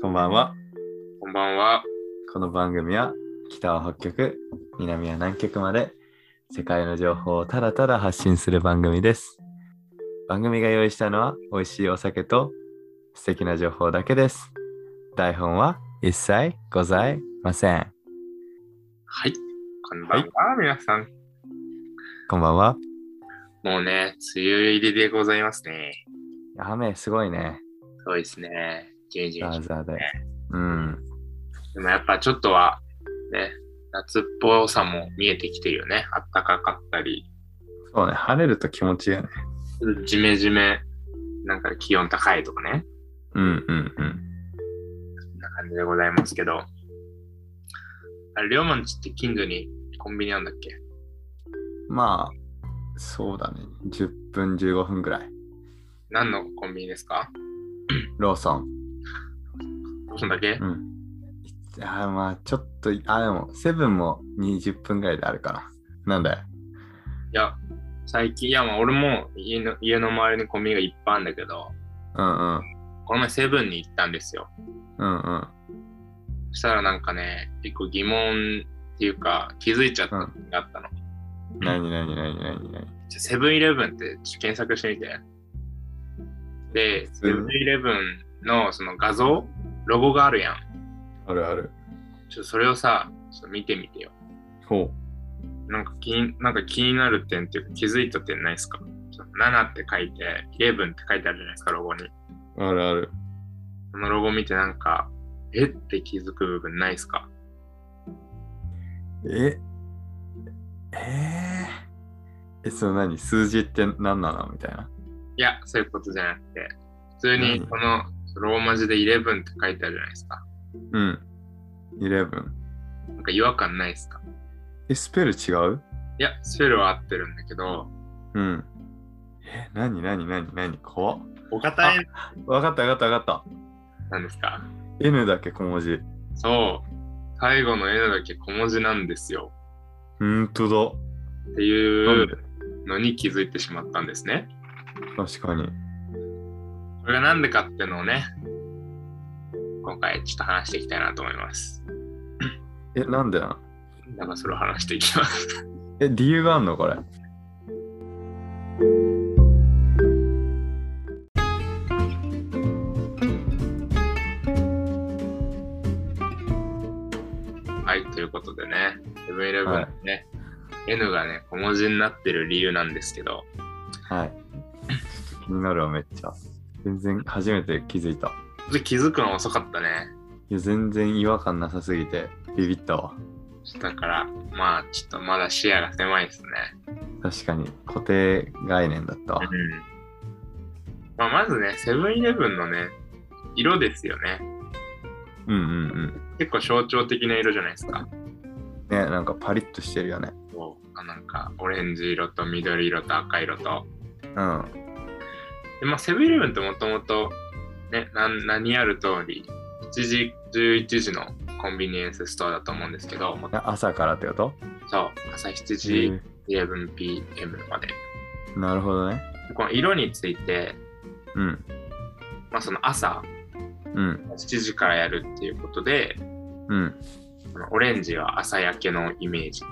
こんばんは。こんばんは。この番組は北は北極、南は南極まで世界の情報をただただ発信する番組です。番組が用意したのは美味しいお酒と素敵な情報だけです。台本は一切ございません。はい。こんばんは、皆さん。こんばんは。もうね、梅雨入りでございますね。雨すごいね。そうですね。ジュンジザューンザーで。うん。でもやっぱちょっとは、ね、夏っぽさも見えてきてるよね。あったかかったり、そうね。晴れると気持ちいいよね。ジメジメ、なんか気温高いとかね。うんうんうん。そんな感じでございますけど。あれ、龍馬んちって近所にコンビニなんだっけまあ、そうだね。10分15分ぐらい。何のコンビニですかローソン。そんだけうん。あーまあちょっと、あ、でも、セブンも20分ぐらいであるかな。なんだよ。いや、最近、いや、まあ俺も家の家の周りにコンビニがいっぱいあるんだけど、うんうん。この前セブンに行ったんですよ。うんうん。そしたらなんかね、結構疑問っていうか、気づいちゃったうのんがあったの。なになになになになにじゃセブンイレブンってちょっと検索してみて。で、セブンイレブンのその画像、ロゴがあるやん。あるある。ちょっとそれをさ、ちょっと見てみてよ。ほなんか気になんか気になる点っていうか気づいた点ないですかちょっと ?7 って書いて、11って書いてあるじゃないですか、ロゴに。う。あるある。そのロゴ見てなんか、えって気づく部分ないですかええー、え、その何数字って何なのみたいな。いや、そういうことじゃなくて、普通にこのローマ字で11って書いてあるじゃないですか。うん。11。なんか違和感ないですかえ、スペル違ういや、スペルは合ってるんだけど、うん。え、なになになになに怖っ。お堅いわかったわかったわかっなんですかた。N だけ小文字。そう、最後の N だけ小文字なんですよ。ほんとっだ。てなんいでうのに気づいてしまったんですね。確かに。これがなんでかっていうのをね、今回ちょっと話していきたいなと思います。え、なんでなのだからそれを話していきます。 え、理由があんのこれ。はい、ということでね、セブンイレブンのね、N がね、小文字になってる理由なんですけど、はい。ちょっと気になるわ、めっちゃ。全然初めて気づいた。ちょっと気づくの遅かったね。いや、全然違和感なさすぎて、ビビったわ。ちょっとだから、まあ、ちょっとまだ視野が狭いですね。確かに、固定概念だったわ。うん。まあ、まずね、セブンイレブンのね、色ですよね。うんうんうん。結構象徴的な色じゃないですか。ね、なんかパリッとしてるよね。こうあなんか、オレンジ色と緑色と赤色と。うん。で、まあ、セブンイレブンってもともと、ね、なん名にある通り、7時、11時のコンビニエンスストアだと思うんですけど、もあ朝からってことそう、朝7時 11pm まで。ーなるほどね。この色について、うん。まあ、その朝うん。 7時からやるっていうことで、うん。そのオレンジは朝焼けのイメージ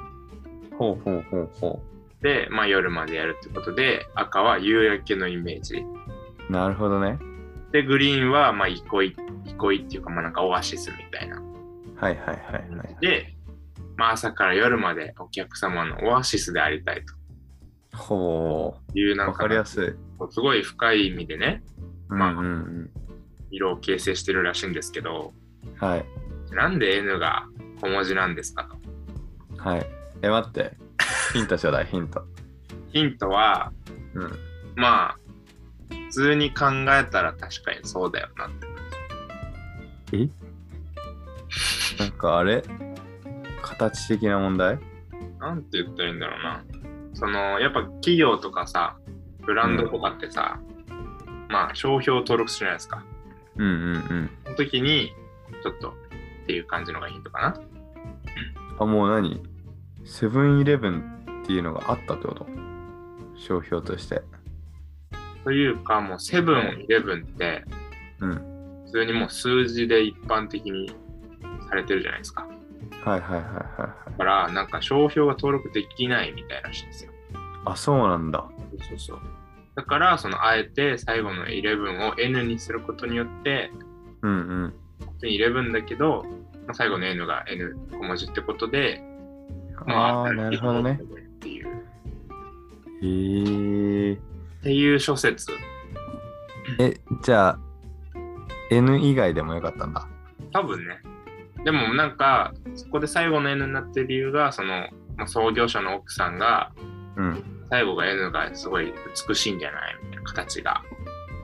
ほうほうほうほで、まあ、夜までやるってことで赤は夕焼けのイメージう。なるほどね。でグリーンはまあ憩い憩いっていうかまあなんかオアシスみたいなはいはいはいはい。で、まあ、朝から夜までお客様のオアシスでありたいほというう。なわんかかりやすい。すごい深い意味でねうんまあうん色を形成してるらしいんですけどうん。はい。なんで N が小文字なんですかとはい。え、待って。ヒントちょうだい、ヒント。ヒントはうん。まあ普通に考えたら確かにそうだよなってなんかあれ形的な問題なんて言ったらいいんだろうな。その、やっぱ企業とかさ、ブランドとかってさ、まあ、商標登録するじゃないですか。うんうんうん。その時に、ちょっと、っていう感じのがヒントかな。あ、もう何セブンイレブンっていうのがあったってこと商標として。というか、もう、セブン、イレブンって、うん。普通にもう数字で一般的にされてるじゃないですか。はいはいはいはい。だから、なんか商標が登録できないみたいらしいんですよ。あ、そうなんだ。そうそうそう。だから、そのあえて最後の11を N にすることによって、うんうん。本当に11だけど、まあ、最後の N が N 小文字ってことで、ああー、なるほどね。。っていうへえ。っていう諸説。え、じゃあ、N 以外でもよかったんだ。多分ね。でもなんか、そこで最後の N になってる理由が、その、まあ、創業者の奥さんが、うん。最後が N がすごい美しいんじゃないみたいな形が。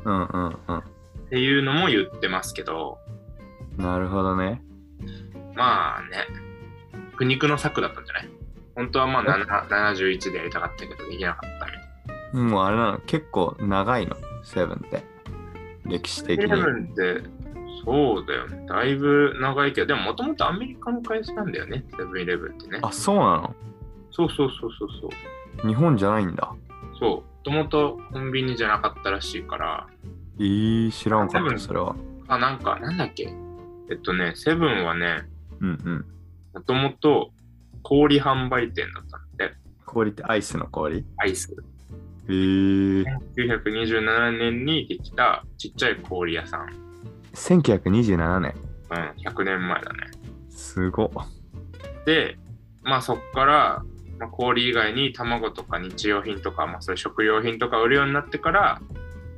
うんうんうん。っていうのも言ってますけど、なるほどね。まあね、苦肉の策だったんじゃない本当はまあ7 71でやりたかったけどできなかったみたいな。もうあれなの、結構長いの、セブンって。歴史的セに。ブンって、そうだよね。だいぶ長いけど、でももともとアメリカの会社なんだよね、セブンイレブンってね。あ、そうなそうそうそうそうそう。の日本じゃないんだ。そう、もともとコンビニじゃなかったらしいから、えー、知らんかセっブンた、それは。あ、なんか、なんだっけえっとね、セブンはね、うんうん。もともと氷販売店だったんで、氷ってアイスの氷アイス。えー、 1927年にできたちっちゃい氷屋さん。うん、 1927年。 100年前だね。すごっ。で、まあそこから、まあ、氷以外に卵とか日用品とか、まあそういう食料品とか売るようになってから、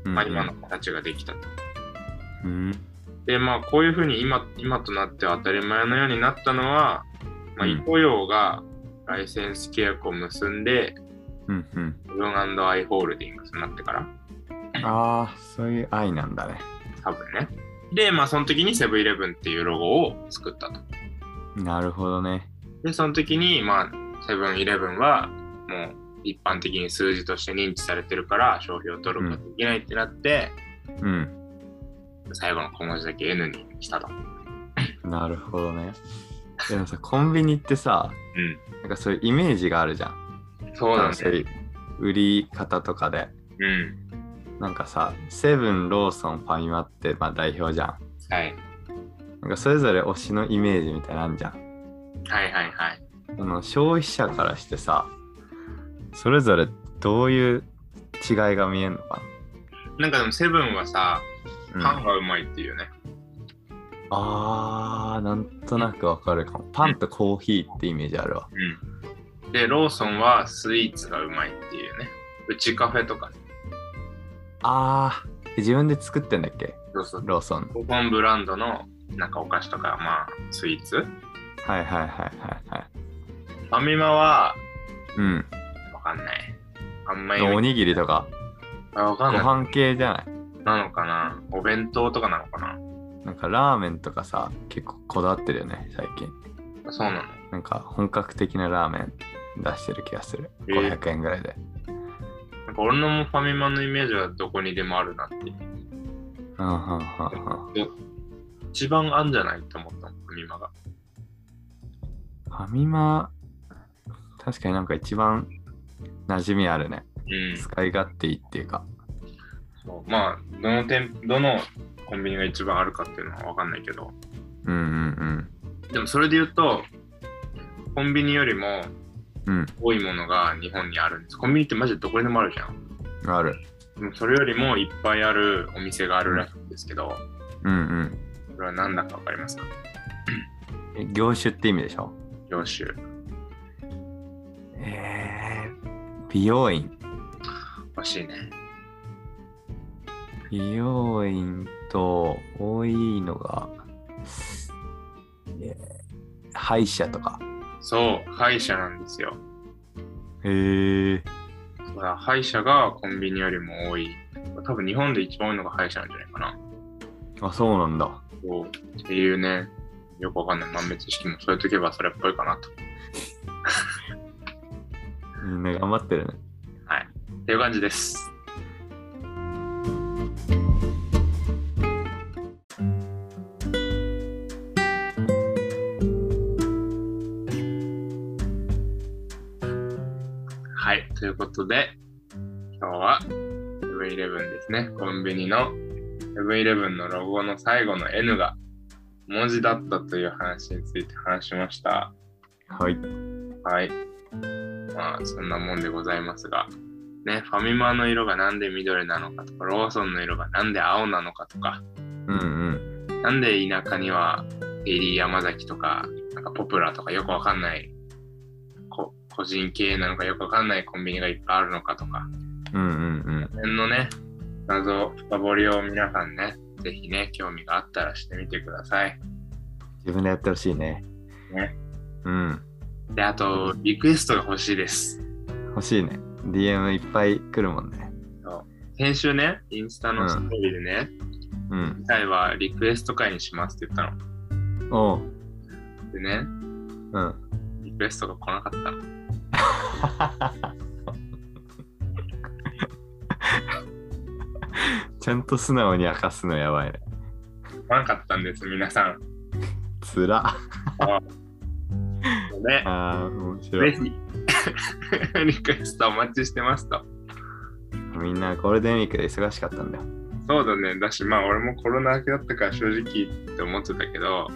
うんまあ今の形ができたと。うん。で、まあこういうふうに今今となっては当たり前のようになったのは、まあ、うんイトヨーがライセンス契約を結んで、うんうん。セブンアイ・ホールディングスになってから、ああ、そういう愛なんだね。多分ね。で、まあその時にセブンイレブンっていうロゴを作ったと。なるほどね。で、その時に、まあ、セブンイレブンは、もう、一般的に数字として認知されてるから、商標登録ができないってなって、うん。最後の小文字だけ N にしたと。なるほどね。でもさ、コンビニってさ、うなんかそういうイメージがあるじゃん。ん。そうなんだそうよ。いう売り方とかで。うん。なんかさ、セブン、ローソン、ファミマってまあ代表じゃん。はい。なんかそれぞれ推しのイメージみたいなのあんじゃん。はいはいはい。あの消費者からしてさ、それぞれどういう違いが見えるのかなんかでも、セブンはさ、な、パうンん、がうまいっていうね。あー、なんとなくわかるかも。パンとコーヒーってイメージあるわ。うん。で、ローソンはスイーツがうまいっていうね。うちカフェとか、あー、自分で作ってんだっけそうそう。ローソン。ローソンブランドの、なんかお菓子とか、まあ、スイーツ。はいはいはいはいはい。ファミマは、うん。わかんない。あんまり。おにぎりとか、あわかごんない。飯系じゃないなのかなお弁当とかなのかななんかラーメンとかさ、結構こだわってるよね、最近。そうなのなんか本格的なラーメン出してる気がする。えー500円ぐらいで。なんか俺のファミマのイメージはどこにでもあるなっていう。うんうんうんうん一番あんじゃないって思ったの、ファミマが。ファミマ、確かになんか一番馴染みあるね。うん。使い勝手いいっていうか。そうまあ、どの店、どのコンビニが一番あるかっていうのはわかんないけど。うんうんでもそれで言うと、コンビニよりもうん。多いものが日本にあるんです。コンビニってマジでどこにでもあるじゃん。うん、ある。でもそれよりもいっぱいあるお店があるらしいんですけど、うんうんそれは何だかわかりますかえ。業種って意味でしょ業種。えー、美容院。欲しいね。美容院と多いのが、えー歯医者とか。そう、歯医者なんですよ。へえ。そうだ歯医者がコンビニよりも多い。多分日本で一番多いのが歯医者なんじゃないかな。あ、そうなんだ。そうっていうね、よくわかんない豆知識も添えとけばそれっぽいかなと。みんな頑張ってるね。はい。っていう感じです。はい。ということで、今日はセブンイレブンですね。コンビニのセブンイレブンのロゴの最後の N が文字だったという話について話しました。はい。はい。まあ、そんなもんでございますが、ね、ファミマの色がなんで緑なのかとか、ローソンの色がなんで青なのかとか、うんうん。なんで田舎にはエリー山崎とか、なんかポプラとかよくわかんない、こ個人経営なのかよくわかんないコンビニがいっぱいあるのかとか、うんうんこの辺のね、謎、深掘りを皆さんね、ぜひね、興味があったらしてみてください。うん。自分でやってほしいね。ね。うん。で、あと、リクエストが欲しいです。欲しいね。DM いっぱい来るもんね。先週ね、インスタのストーリーでね、うん。次回はリクエスト会にしますって言ったの。おう。でね、うん。リクエストが来なかったの。ちゃんと素直に明かすのやばいね。来なかったんです、皆さん。つら。ね、あー、面白ぜい。ひ、 リクエストお待ちしてますと。みんなゴールデンウィークで忙しかったんだよ。そうだね、だし、まあ俺もコロナ明けだったから正直って思ってたけど、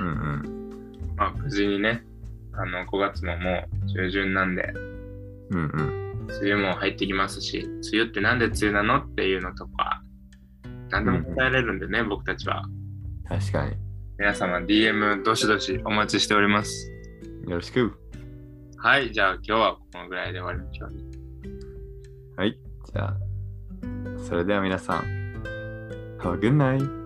うんうん。まあ無事にね、あの5月ももう中旬なんで、うんうん。梅雨も入ってきますし、梅雨ってなんで梅雨なのっていうのとか、何でも答えれるんでね、僕たちは。確かに。皆様、DM どしどしお待ちしております。よろしく。はい、じゃあ今日はこのぐらいで終わりましょう。はい。じゃあ、それでは皆さん、Have a good night!